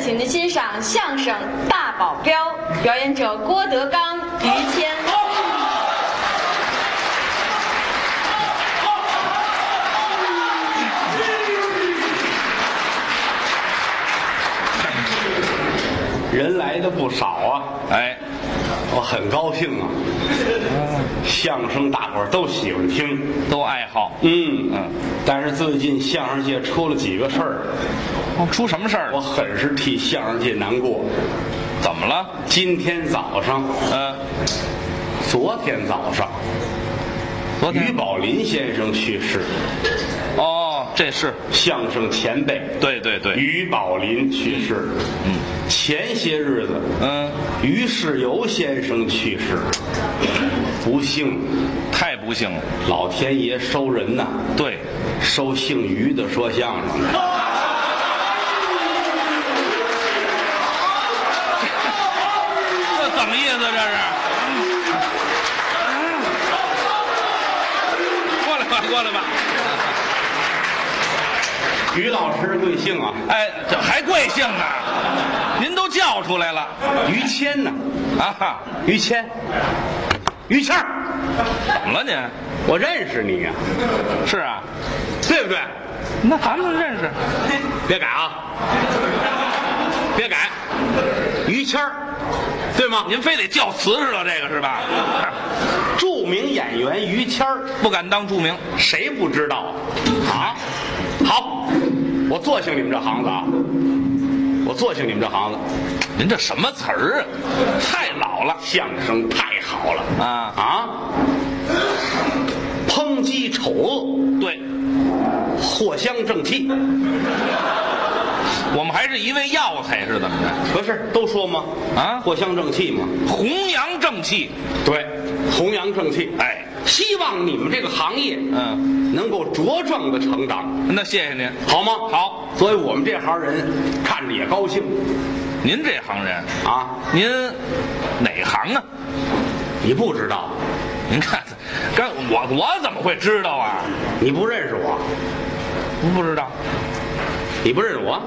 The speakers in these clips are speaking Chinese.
请您欣赏相声《大保镖》，表演者郭德纲、于谦。人来的不少啊，哎，我很高兴啊。相声大伙儿都喜欢听，都爱好。嗯嗯，但是最近相声界出了几个事儿，哦，出什么事儿我了？很是替相声界难过。怎么了？今天早上，呃，昨天早上，昨天于宝林先生去世，哦，这是相声前辈，对对对，于宝林去世。嗯，前些日子，嗯，于世友先生去世，不幸，太不幸了。老天爷收人呐。对，收姓于的说相声的，这怎么意思？这是？嗯过来吧，过来吧。于老师贵姓啊？哎，这还贵姓啊？您都叫出来了于谦呐、啊？哈，于谦，于谦儿，怎么了您？我认识你呀、是啊，对不对？那咱们认识。别改啊，别改，于谦儿，对吗？您非得叫瓷实了，这个是吧？ 著名演员于谦儿，不敢当著名。谁不知道啊？好，好，我做兴你们这行子啊，我做兴你们这行子，您这什么词儿啊？太老了。相声太好了啊啊！抨击丑恶。对，藿香正气，我们还是一味药材是怎么着？不是都说吗？啊藿香正气嘛。弘扬正气。对，弘扬正气。哎，希望你们这个行业，嗯，能够茁壮的成长，那谢谢您。好吗？好，作为我们这行人，看着也高兴您这行人，啊。您哪行啊？你不知道，您看，跟我我怎么会知道啊？你不认识我，您不知道， 你不认识我，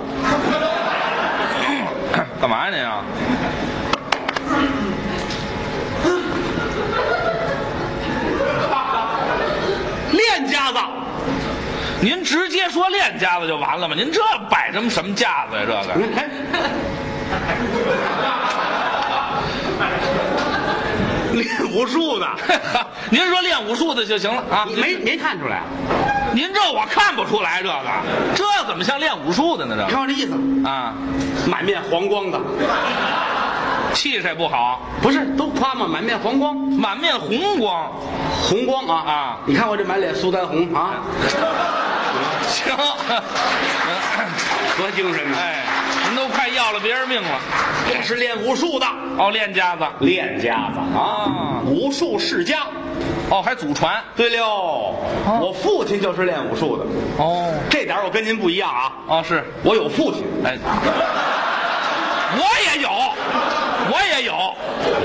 干嘛呀您啊？练家子，您直接说练家子就完了吗？您这摆什么什么架子呀、这个你 看，练武术 的，您说练武术的就行了啊。你没没看出来？您这我看不出来这个，这怎么像练武术的呢？你这看我这意思，个啊，满面黄光的，气色不好，不是都夸吗？满面黄光。满面红光。红光啊啊！你看我这满脸苏丹红啊，行，多精神！啊哎，您都快要了别人命了。哎这是练武术的，哦，练家子，练家子啊啊，武术世家。哦，还祖传。对喽，我父亲就是练武术的，哦，这点我跟您不一样啊，哦是，我有父亲，哎，我也有，我也有，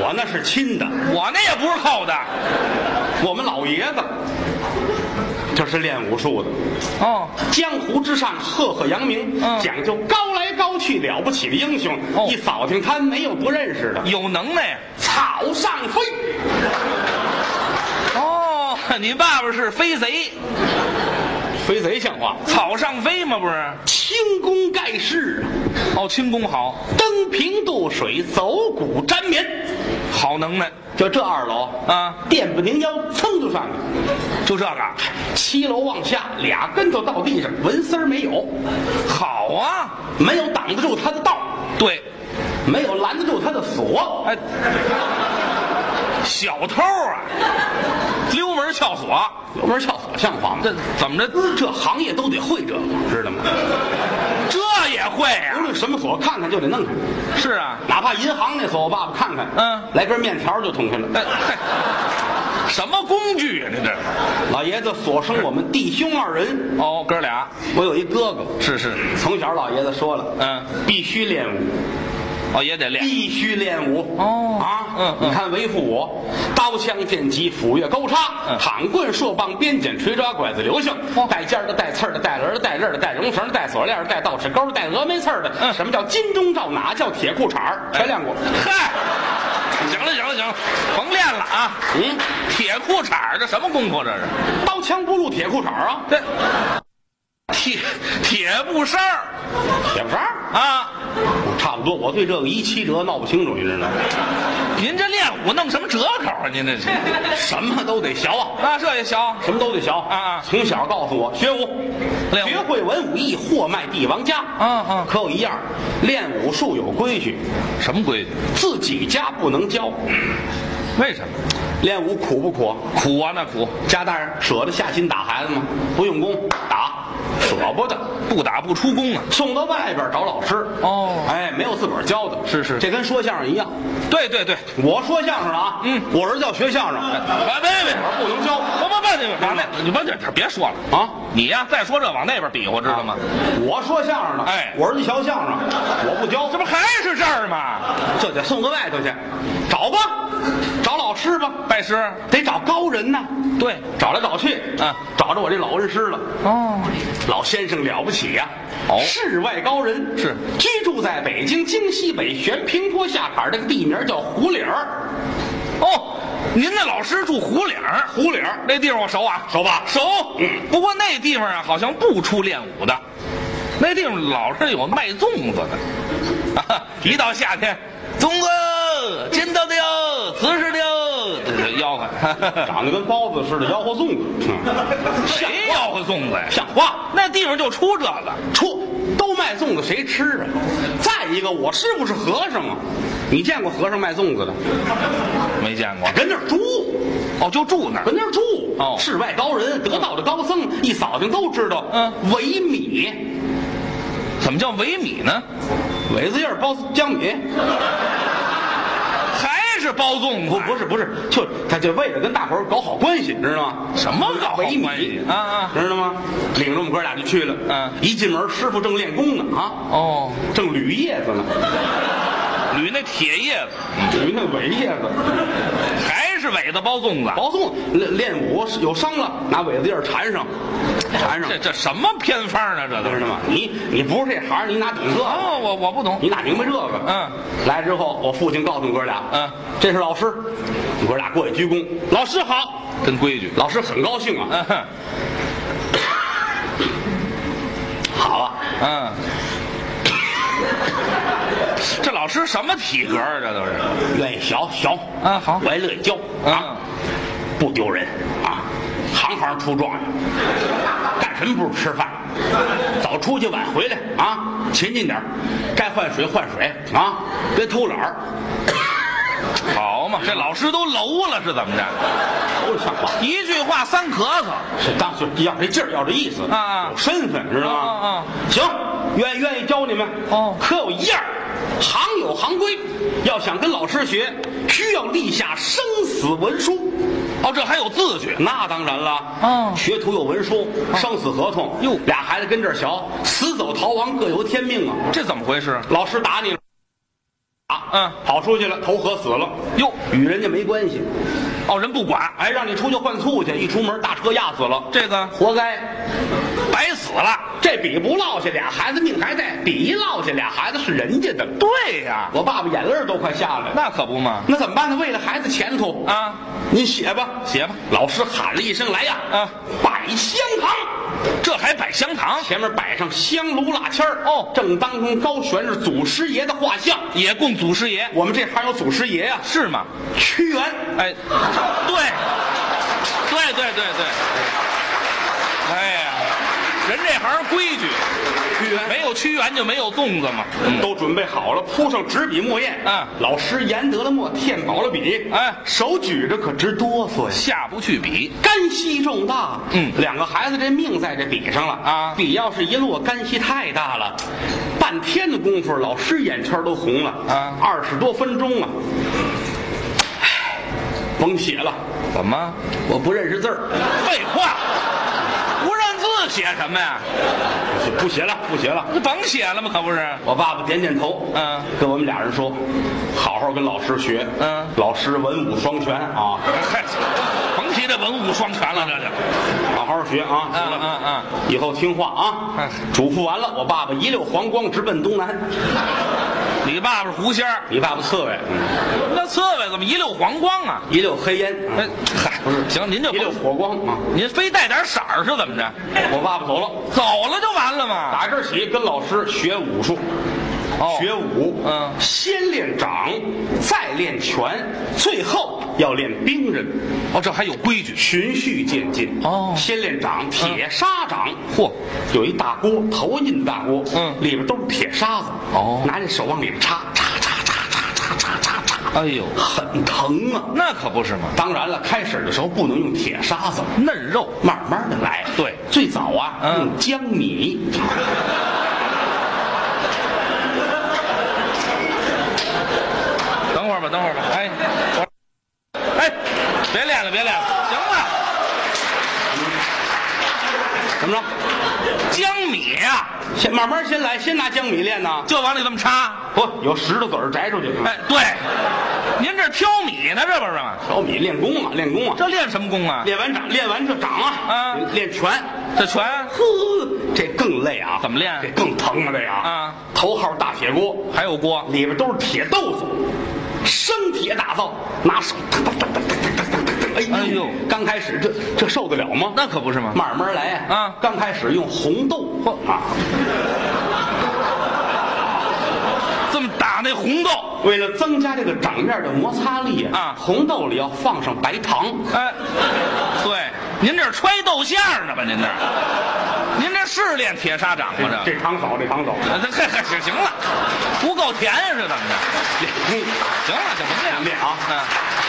我那是亲的，我那也不是扣的。我们老爷子就是练武术的，哦，江湖之上赫赫扬名，嗯讲究高来高去，了不起的英雄，哦一扫听他没有不认识的，有能耐。草上飞。哦，你爸爸是飞贼，飞贼像话，草上飞吗？不是？轻功盖世啊，哦，轻功好，登平渡水，走骨沾棉，好能耐就这二楼，啊！垫不拧腰，噌就上去，就这个，七楼往下，俩跟头到地上，纹丝儿没有，好啊。没有挡得住他的道，对，没有拦得住他的锁，哎，小偷啊，溜门撬锁，油门撬锁像话吗？这怎么着？这行业都得会这个，知道吗？这也会无呀、论什么锁，看看就得弄开，是啊，哪怕银行那锁，我爸爸看看，嗯来根面条就捅开了。哎，嘿什么工具呀、你这老爷子所生我们弟兄二人，哦，哥俩我有一哥哥，是是，从小老爷子说了，嗯，必须练武，哦，也得练。必须练武哦啊，嗯嗯你看为父我，刀枪剑戟斧钺钩叉，嗯哦躺棍槊棒鞭锏锤抓拐子流星，带尖儿的带刺儿的带轮儿的带刃儿的带绒绳儿的带锁链儿的带倒齿钩儿的带峨眉刺儿的，嗯哎什么叫金钟罩？哪叫铁裤衩儿？全练过。嗨，行了行了行了，甭练了啊！嗯，铁裤衩儿这什么功夫啊这是？刀枪不入铁裤衩儿啊，这铁铁布衫儿铁裤衩儿啊！差不多。我对这个一七折闹不清楚，你知道吗？您这练武弄什么折口啊？您这是什么都得学啊。啊，这也行什么都得学啊从小告诉我学武，练武学会文武艺，货卖帝王家。嗯嗯可有一样，练武术有规矩，什么规矩？自己家不能教。为什么练武苦不苦？苦啊？那苦家大人舍得下心打孩子吗？不用功打，舍不得。不打不出宫啊！送到外边找老师哦哎，没有自个儿教的，是是这跟说相声一样。对对对，我说相声的啊，嗯我儿子要学相声，啊，别别别，我不能教不不不，往那你不这别说了。啊。你呀、再说这往那边比划，知道吗？我说相声的，哎我儿子学相声，我不教，这不还是这儿吗？这得送到外头去，找吧，找老师吧，拜师，得找高人呐。对，找来找去，啊嗯找着我这老恩师了。哦，老先生了不起呀、哦世外高人是居住在北京京西北悬平坡下坎儿，这个地名叫胡岭儿， 哦，您那老师住胡岭儿，胡岭儿那地方我熟啊，熟吧？熟。不过那地方啊，好像不出练武的，那地方老是有卖粽子的，啊、一到夏天，粽子尖刀的哟，瓷实的哟，这这吆喝。长得跟包子似的，吆喝粽子， 嗯谁吆喝粽子呀？像话？那地方就出这个。出都卖粽子，谁吃啊？再一个，我师傅是和尚啊，你见过和尚卖粽子的？没见过。跟那儿住，哦，就住那儿跟那儿住。哦世外高人，得道的高僧，一扫听都知道。嗯，维米，怎么叫维米呢？苇子叶儿包江米，哎还是包粽不子？不是不是，就他就为了跟大伙儿搞好关系，知道吗？什么搞好维关米系啊啊知道吗？领着我们哥俩就去了。嗯一进门，师傅正练功呢啊，哦，正捋叶子呢，捋那铁叶子，捋那苇叶子。还是苇子包粽子？保送练练武是有伤了，拿苇子叶儿缠上，缠上这，这什么偏方呢？这都知是道吗？你你不是这行，你哪懂这个？哦，我我不懂。你哪明白这个？嗯，来之后，我父亲告诉我们哥俩，嗯，这是老师，我们哥俩过去鞠躬，老师好，真规矩。老师很高兴啊，嗯哼好啊，嗯，这老师什么体格啊？这都是愿意学学啊好嗯我也乐意教啊，不丢人啊，行行出状元，干什么不是吃饭？早出去晚回来啊，勤勤点儿该换水换水啊，别偷懒儿，好嘛？这老师都楼了是怎么着？都是像话。一句话三咳嗽。是当时要这劲儿，要这意思啊啊有身份知道吗？啊啊行，愿愿意教你们哦可有一样，行有行规，要想跟老师学，需要立下生死文书。哦，这还有字据。那当然了，哦学徒有文书，生死合同。哟俩孩子跟这儿学，死走逃亡各有天命啊！这怎么回事？老师打你了，啊，嗯跑出去了，投河死了，哟，与人家没关系。哦，人不管，哎，让你出去换醋去，一出门大车压死了，这个活该。白死了。这笔不落下，俩孩子命还在；笔一落下，俩孩子是人家的。对呀、我爸爸眼泪儿都快下来了。那可不嘛。那怎么办呢？为了孩子前途，啊，您写吧。写吧，老师喊了一声：“来呀！”啊，摆香堂，这还摆香堂，前面摆上香炉蜡签儿。哦正当中高悬着祖师爷的画像。也供祖师爷，我们这行有祖师爷呀、是吗？屈原。哎，对，对对对对，哎呀，人这行规矩，屈原嗯没有屈原就没有粽子嘛。都准备好了，铺上纸笔墨砚。嗯老师研得了墨，添饱了笔。哎手举着可直哆嗦呀。下不去笔，干系重大，嗯两个孩子这命在这笔上了啊笔要是一落，干系太大了，半天的功夫，老师眼圈都红了啊二十多分钟啊，唉，甭写了，怎么？我不认识字儿，废话，不认字写什么呀？不写了，不写了。那甭写了吗？可不是，我爸爸点点头，嗯跟我们俩人说，好好跟老师学，嗯老师文武双全啊，嗨，甭提这文武双全了，这就，好好学啊，嗯嗯嗯，以后听话啊。哎嘱咐完了，我爸爸一溜黄光直奔东南。你爸爸是狐仙儿，你爸爸刺猬，嗯那刺猬怎么一溜黄光啊？一溜黑烟，哎，嗨，不是，嗯行，您就一溜甭火光啊。您非带点色儿是怎么着？我爸爸走了，走了就完了嘛。打这儿起跟老师学武术，哦学武，嗯先练掌，再练拳，最后要练兵刃。哦，这还有规矩。循序渐进。哦先练掌，铁砂掌。嚯有一大锅，投进大锅，嗯里边都是铁砂子。哦拿这手往里边插，插插插插插插插哎呦，插，很疼啊。那可不是嘛，当然了，开始的时候不能用铁砂子，嫩肉。慢慢的来。对最早啊，嗯用江米。等会儿吧，等会儿吧。哎，我，哎，别练了，别练了，行了。怎么着？江米呀、先慢慢先来，先拿江米练呢。就往里这么插。不，有石头子儿摘出去。哎，对，您这挑米呢，这不是吗？小米练功啊，练功啊。这练什么功啊？练完掌，练完这掌啊，嗯练拳，这拳呵，这更累啊！怎么练这更疼啊！这个啊，头号大铁锅，还有锅，里边都是铁豆子，生铁打造，拿手噔噔噔噔噔噔噔噔，哎呦刚开始这这受得了吗？那可不是吗？慢慢来呀！啊刚开始用红豆啊，这么打那红豆，为了增加这个掌面的摩擦力啊红豆里要放上白糖。哎，对，您这是揣豆馅儿呢吧？您这，您这是练铁砂掌吗？这，这汤少，这汤少，啊这嘿嘿，行行了，不够甜呀，是怎么着？练功行了，行甭练了练啊！嗯，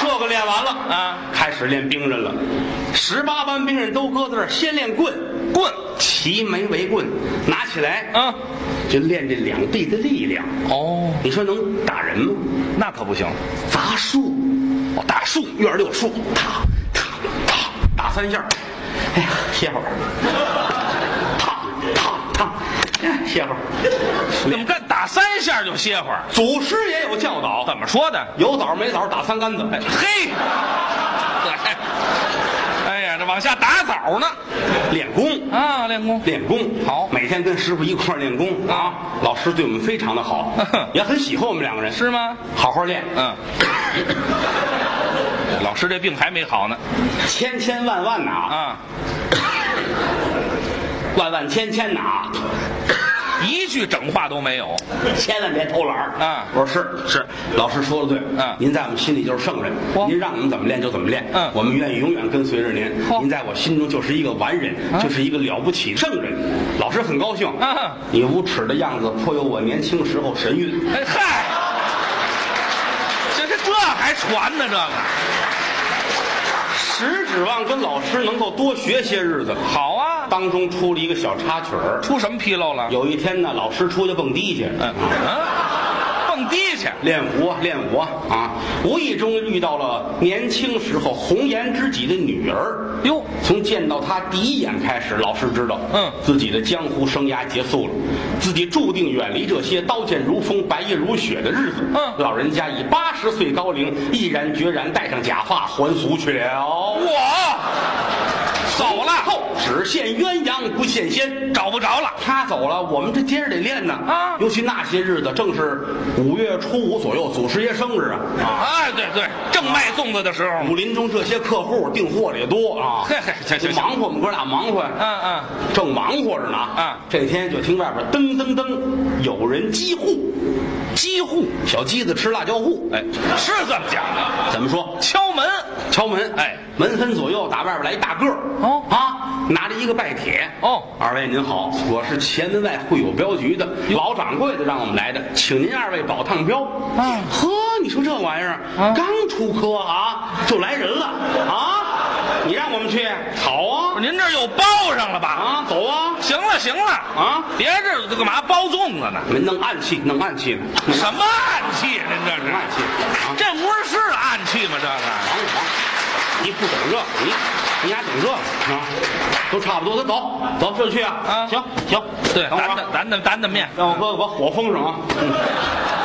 这个练完了啊，开始练兵刃了。十八般兵刃都搁在这儿，先练棍，棍，齐眉为棍，拿起来，嗯，就练这两臂的力量。哦，你说能打人吗？那可不行，砸树，哦，打树，院里有树，打打打，打三下儿，哎呀，歇会儿，烫烫烫，哎，歇会儿。怎么干？打三下就歇会儿？祖师也有教导，怎么说的？有枣没枣打三竿子。哎嘿，哎呀，这往下打枣呢练功啊，练功练功好，每天跟师傅一块儿练功啊。老师对我们非常的好 也很喜欢我们两个人，是吗？好好练，嗯， 老师这病还没好呢千千万万呐，啊，万万千千呐啊，一句整话都没有。 千万别偷懒儿啊我说是是，老师说的对，嗯您在我们心里就是圣人嚯，您让我们怎么练就怎么练，嗯我们愿意永远跟随着您嚯，您在我心中就是一个完人，就是一个了不起圣人。老师很高兴啊，你无耻的样子颇有我年轻时候神韵。哎嗨，这这这还传呢？这个实指望跟老师能够多学些日子。好啊，当中出了一个小插曲儿。出什么纰漏了？有一天呢，老师出去蹦迪去，嗯嗯，蹦迪去。练舞啊，练舞啊啊！无意中遇到了年轻时候红颜知己的女儿。哟从见到她第一眼开始，老师知道，嗯自己的江湖生涯结束了，自己注定远离这些刀剑如风、白衣如雪的日子。嗯老人家以八十岁高龄，毅然决然戴上假发，还俗去了。我走了，后只羡鸳鸯不羡仙。找不着了。他走了，我们这接着得练呢啊尤其那些日子，正是五月初五左右，祖师爷生日啊！啊，哎，对对，正卖粽子的时候嘛。武林中这些客户订货的也多啊，嘿嘿行行行忙活我们哥俩忙活，嗯嗯，正忙活着呢啊这天就听外边噔噔噔，有人击户，几乎，小鸡子吃辣椒户，哎，是这么讲的。怎么说？敲门，敲门，哎，门分左右，打外边来一大个儿，哦啊，拿着一个拜帖，哦二位您好，我是前门外会友镖局的老掌柜的，让我们来的，请您二位保趟镖。啊呵，你说这玩意儿、啊刚出科啊，就来人了啊，你让我们去，好啊，您这又包上了吧？啊，走啊，行了行了啊别这干嘛包粽子呢？您弄暗器，弄暗器呢，什么暗器？您这弄是？暗器啊，这不是暗器吗？这个防防你不懂这个，你你俩懂这个啊？都差不多，咱走走，这就去啊！啊行行，对，等会儿咱啊的咱的咱的面，让我哥哥把火封上啊！嗯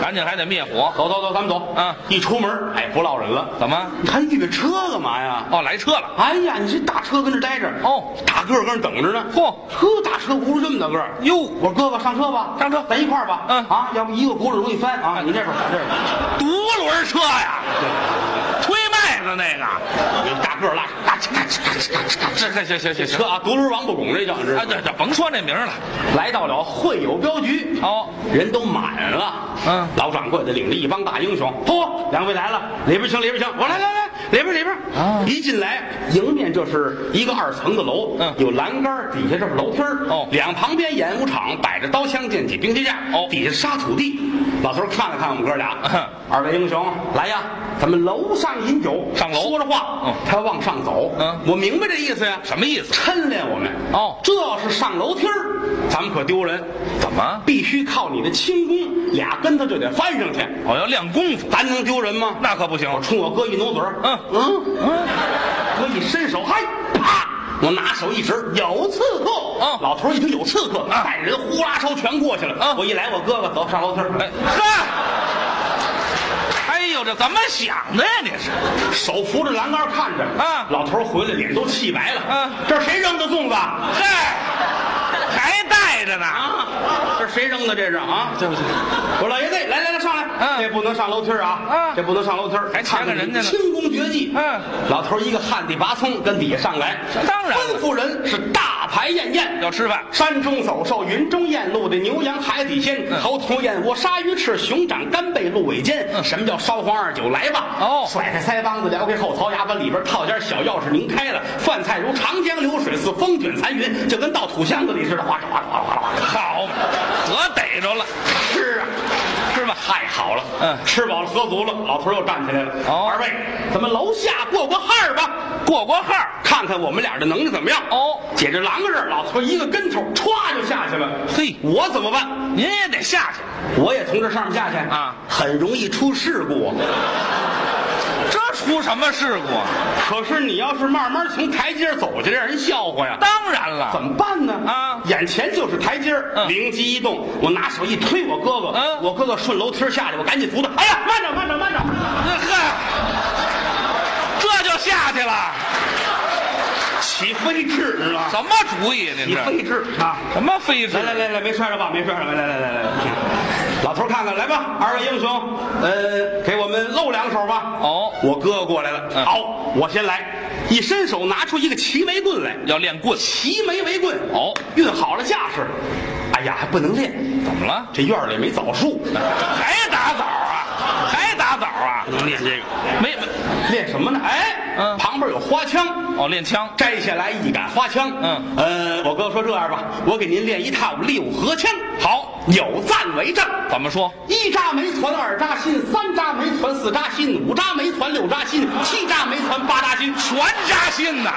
赶紧还得灭火，走走走，咱们走啊一出门，哎，不落人了，怎么？你还预备车干嘛呀？哦，来车了，哎呀，你这大车跟这待着哦大个儿跟这等着呢。嚯呵，大车轱辘这么大个儿。哟我说哥哥上车吧，上车咱一块儿吧。嗯啊，要不一个轱辘容易翻啊。你这边，这边，独轮车呀，推麦子那个，你大个儿拉拉扯拉扯拉扯拉扯拉扯这这行行行车行，啊，独轮王八拱这叫，你知道啊，吗？对对，甭说那名儿了，来到了会友镖局，哦，人都满了。嗯老掌柜的领着一帮大英雄，嚯，两位来了，里边请，里边请，我来来来，里边里边。啊一进来，迎面这是一个二层的楼，嗯有栏杆，底下这是楼梯儿哦两旁边演武场摆着刀枪剑戟兵器架，哦底下沙土地。老头儿看了看我们哥俩嗯，二位英雄，来呀，咱们楼上饮酒，上楼说着话，嗯他往上走，嗯我明白这意思呀，什么意思？抻练我们哦这要是上楼梯儿，咱们可丢人，怎么？必须靠你的轻功，俩跟头就得翻上去，哦，要练功夫，咱能丢人吗？那可不行，冲我哥一努嘴儿，嗯嗯，哥一伸手，嗨，啪！我拿手一指，有刺客！嗯老头儿一听有刺客，啊带人呼啦超全过去了。嗯我一来，我哥哥走上楼梯儿，哎呵，哎呦，这怎么想的呀？你是手扶着栏杆看着。啊老头儿回来脸都气白了。嗯这是谁扔的粽子？嗨，还带着呢啊，这是谁扔的？这是啊，对不对？我说老爷子，来来来，上来，嗯这不能上楼梯儿啊，嗯这不能上楼梯儿，还掐着人家呢轻功绝技，嗯，老头儿一个旱地拔葱，跟底下上来，当然了吩咐人是大排宴宴。要吃饭，山中走兽，云中雁，陆地牛羊，海底鲜，嗯猴头燕窝，鲨鱼翅，熊掌，干贝，鹿尾尖。什么叫烧黄二酒？来吧！哦甩开腮帮子，撩开后槽牙，把里边套间小钥匙拧开了。饭菜如长江流水，似风卷残云，就跟倒土箱子里似的，哗啦哗啦哗啦哗啦哗啦。好嘛，可逮着了，吃啊，吃吧，太好了，嗯吃饱了喝足了，老头儿又站起来了。哦二位，咱们楼下过过汗儿吧，过过号，看看我们俩的能力怎么样。哦姐这狼这儿，老头儿一个跟头歘就下去了。嘿我怎么办？您也得下去，我也从这上面下去啊很容易出事故。这出什么事故？啊？可是你要是慢慢从台阶儿走下去，让人笑话呀。当然了，怎么办呢？啊眼前就是台阶儿嗯灵机一动，我拿手一推我哥哥，嗯我哥哥顺楼梯儿下去，我赶紧扶他。哎呀，慢着，慢着，慢着！呵，这就下去了，起飞智知道吗？什么主意？您起这飞智啊！什么飞制？来来来来，没摔着吧？没摔着，来来来来来。老头儿看看，来吧，二位英雄，呃，给我们露两手吧。哦我哥哥过来了，嗯好，我先来，一伸手拿出一个齐眉棍来，要练棍，齐眉为棍，哦，运好了架势。哎呀，还不能练，怎么了？这院儿里没枣树，还打枣啊？还打枣啊？能练这个？没没，练什么呢？哎，嗯旁边有花枪，哦，练枪，摘下来一杆花枪。嗯，呃，我哥说这样吧，我给您练一套六合枪。好，有赞为证。怎么说？一扎没攒，二扎心，三扎没攒，四扎心，五扎没攒，六扎心，七扎没攒，八扎心。全扎心呐！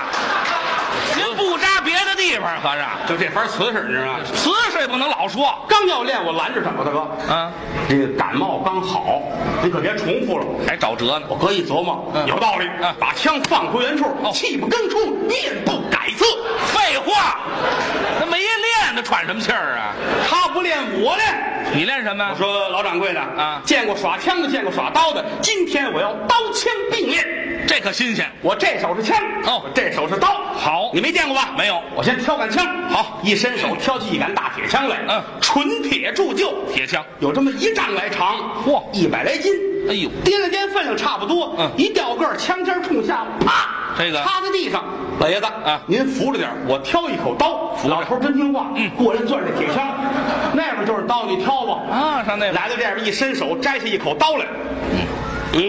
您不扎别的地方，合着就这番啊瓷实，你知道吗？瓷实也不能老说。刚要练，我拦着什么，大哥？啊，这个感冒刚好，你可别重复了。还找辙呢我。哥一琢磨，嗯有道理，嗯把枪放回原处，哦气不更出，面不改色。废话，那没练的喘什么气儿啊？他不练，我练。你练什么？我说老掌柜的啊见过耍枪的，见过耍刀的，今天我要刀枪并练。这可新鲜。我这手是枪，哦我这手是刀。好你没见过吧？没有我先挑杆枪。好，一伸手挑起一杆大铁枪来，嗯纯铁铸就，铁枪有这么一丈来长，嚯一百来斤。哎呦掂了掂分量差不多，嗯一掉个儿，枪尖冲下，啪，这个插在地上。老爷子啊您扶着点儿，我挑一口刀。老头儿真听话，嗯过来攥着铁枪，那边就是刀，你挑吧。啊，上那边来到这边一伸手摘下一口刀来。嗯，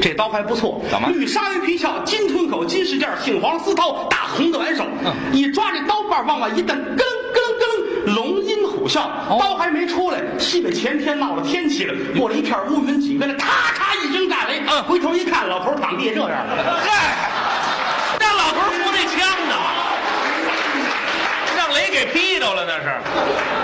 这刀还不错。怎么绿鲨鱼皮鞘、金吞口、金饰件、杏黄丝绦、大红的挽手。嗯一抓这刀把往外一蹬，咯咯咯，龙吟虎啸。哦刀还没出来，西北前天闹了天气了，过了一片乌云紧跟着，咔嚓一声炸雷。嗯回头一看，老头躺地下这样了。嗨， 让老头儿扶那枪呢，让雷给劈着了，那是。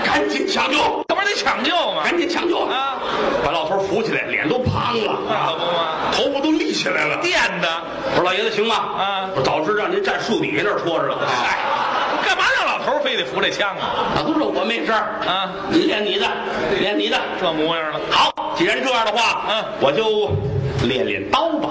赶紧抢救！怎么是得抢救嘛。赶紧抢救啊！把老头扶起来，脸都胖了，啊那可不嘛，头发都立起来了。电的，我说老爷子行吗？啊我早知让您站树底下那儿戳着了。哎，干嘛让老头儿非得扶这枪啊？老头说我没事儿啊你练你的，练你的。这模样了，好，既然这样的话，嗯我就练练刀吧，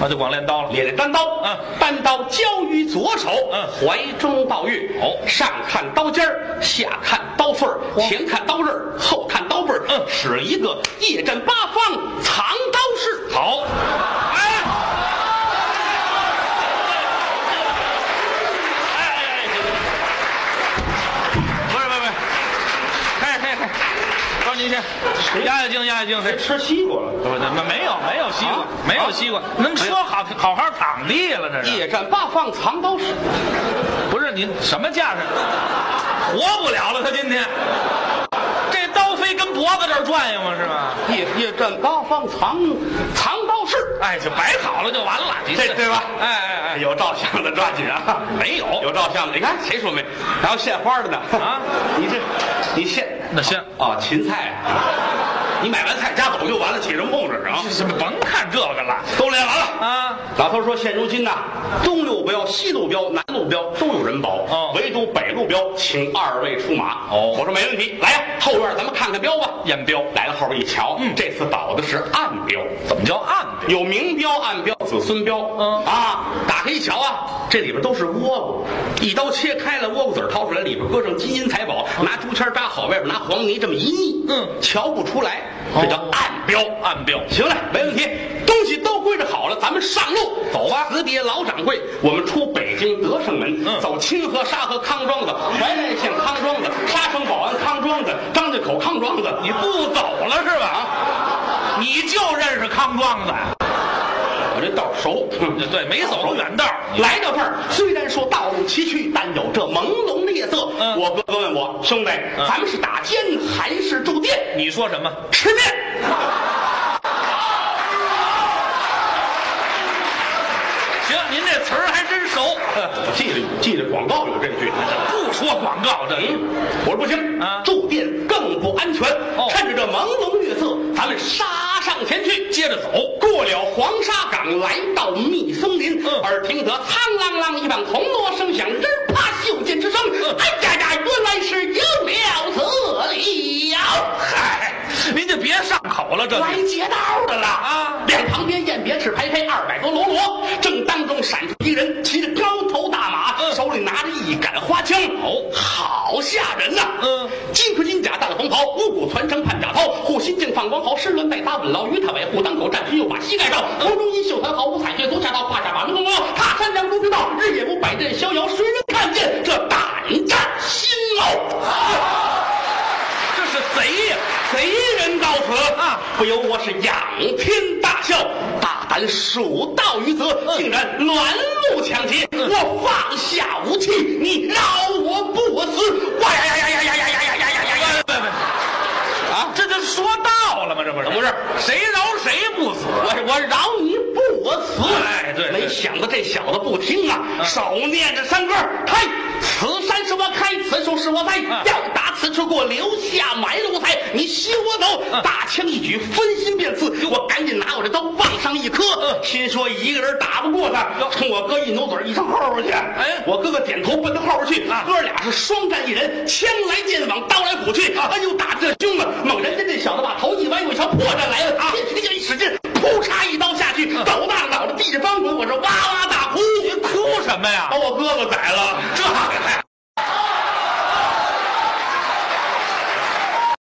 那就光练刀了。练练单刀。嗯单刀交于左手，嗯怀中抱玉。哦上看刀尖儿，下看刀缝儿，前看刀刃儿，后看刀背儿。嗯使一个夜战八方藏刀式。好，哎，哎哎哎，不是不是不是，开开开，不是您先压压惊压压惊，谁吃西瓜了。不是，没没有没有西瓜啊，没有西瓜，能说好好好躺地了，这是夜战八方藏刀式，不是您什么架势？活不了了，他今天这刀非跟脖子这儿转悠吗？是吗？夜夜战八方藏藏刀式。哎，就摆好了就完了，你这对吧哎哎哎，有照相的抓紧啊！没有哎有照相的，你看谁说没？还有献花的呢啊！ 你这，你献那先啊，芹菜啊，你买完菜夹走就完了，起什么控制啊？什么甭看这个了都练完了。啊！老头说：“现如今呐、东路标、西路标、南路标都有人保，哦唯独北路标，请二位出马。”哦我说没问题，来呀，后院咱们看看标吧。验标来了后边一瞧，嗯这次倒的是暗标，怎么叫暗的？有明标、暗标、子孙标，嗯啊，打开一瞧啊，这里边都是倭瓜，一刀切开了，倭瓜籽儿掏出来，里边搁上金银财宝，拿竹签扎好，外边拿黄泥这么一腻，嗯瞧不出来，哦这叫暗标。暗标行了，没问题，东西都归置好了，咱们上路走吧辞别老掌柜，我们出北京德胜门，嗯走清河、沙河、康庄子、怀来县、康庄子、沙城、保安、康庄子、张家口、康庄子，你不走了是吧？啊，你就认识康庄子呀？我这道儿熟。 对，没走过嗯远道。嗯来到这儿，虽然说道路崎岖，但有这朦胧的夜色。嗯我哥哥问我兄弟，嗯咱们是打尖还是住店？你说什么？吃面。行，您这词儿还真熟。 我 记得记得广告有这句。不说广告，这嗯，我说不行啊住店更不安全。哦趁着这朦胧月色，咱们杀上前去，接着走。过了黄沙岗，来到密松林，嗯耳听得苍啷啷一棒铜锣声响，人怕袖箭之声。嗯哎呀呀，原来是有了此理呀！嗨，您就别上口了，这来劫道的了啊两旁边雁别翅排开二百多喽啰，正当中闪出一人，骑着高头大马，嗯手里拿着一杆花枪，哦，好吓人呐、嗯，金盔金甲大的红袍，五谷团城盼甲涛，护心镜放光袍，狮轮带搭稳牢，鱼踏尾护裆口，战靴又把膝盖罩，嗯头中衣袖弹毫无彩靴，足下道胯下把门弓腰，踏山梁如之道，日野无百阵逍遥，谁能看见这胆战心呕？这是贼呀！贼人到此啊，不由我是仰天大笑，大胆蜀道于则，竟然栾木抢劫！我放下武器，你饶我不死！哇呀呀呀呀呀呀呀呀呀呀呀呀！不不不，啊，这就说到了吗？这不是？不是谁饶谁不死？我我饶你不死！哎对对嗯没想到这小子不听啊，手念着山歌，开。此山是我开，此树是我栽，嗯要打此处给我留下埋了我财。你休我走！嗯大枪一举，分心便刺。我赶紧拿我这刀往上一磕，呃心说一个人打不过他，冲我哥一努嘴，一上后边去。哎我哥哥点头奔到后边去，哥俩是双战一人，枪来剑往，刀来斧去。哎呦，打这凶啊！猛然间这小子把头一歪，我一瞧破绽来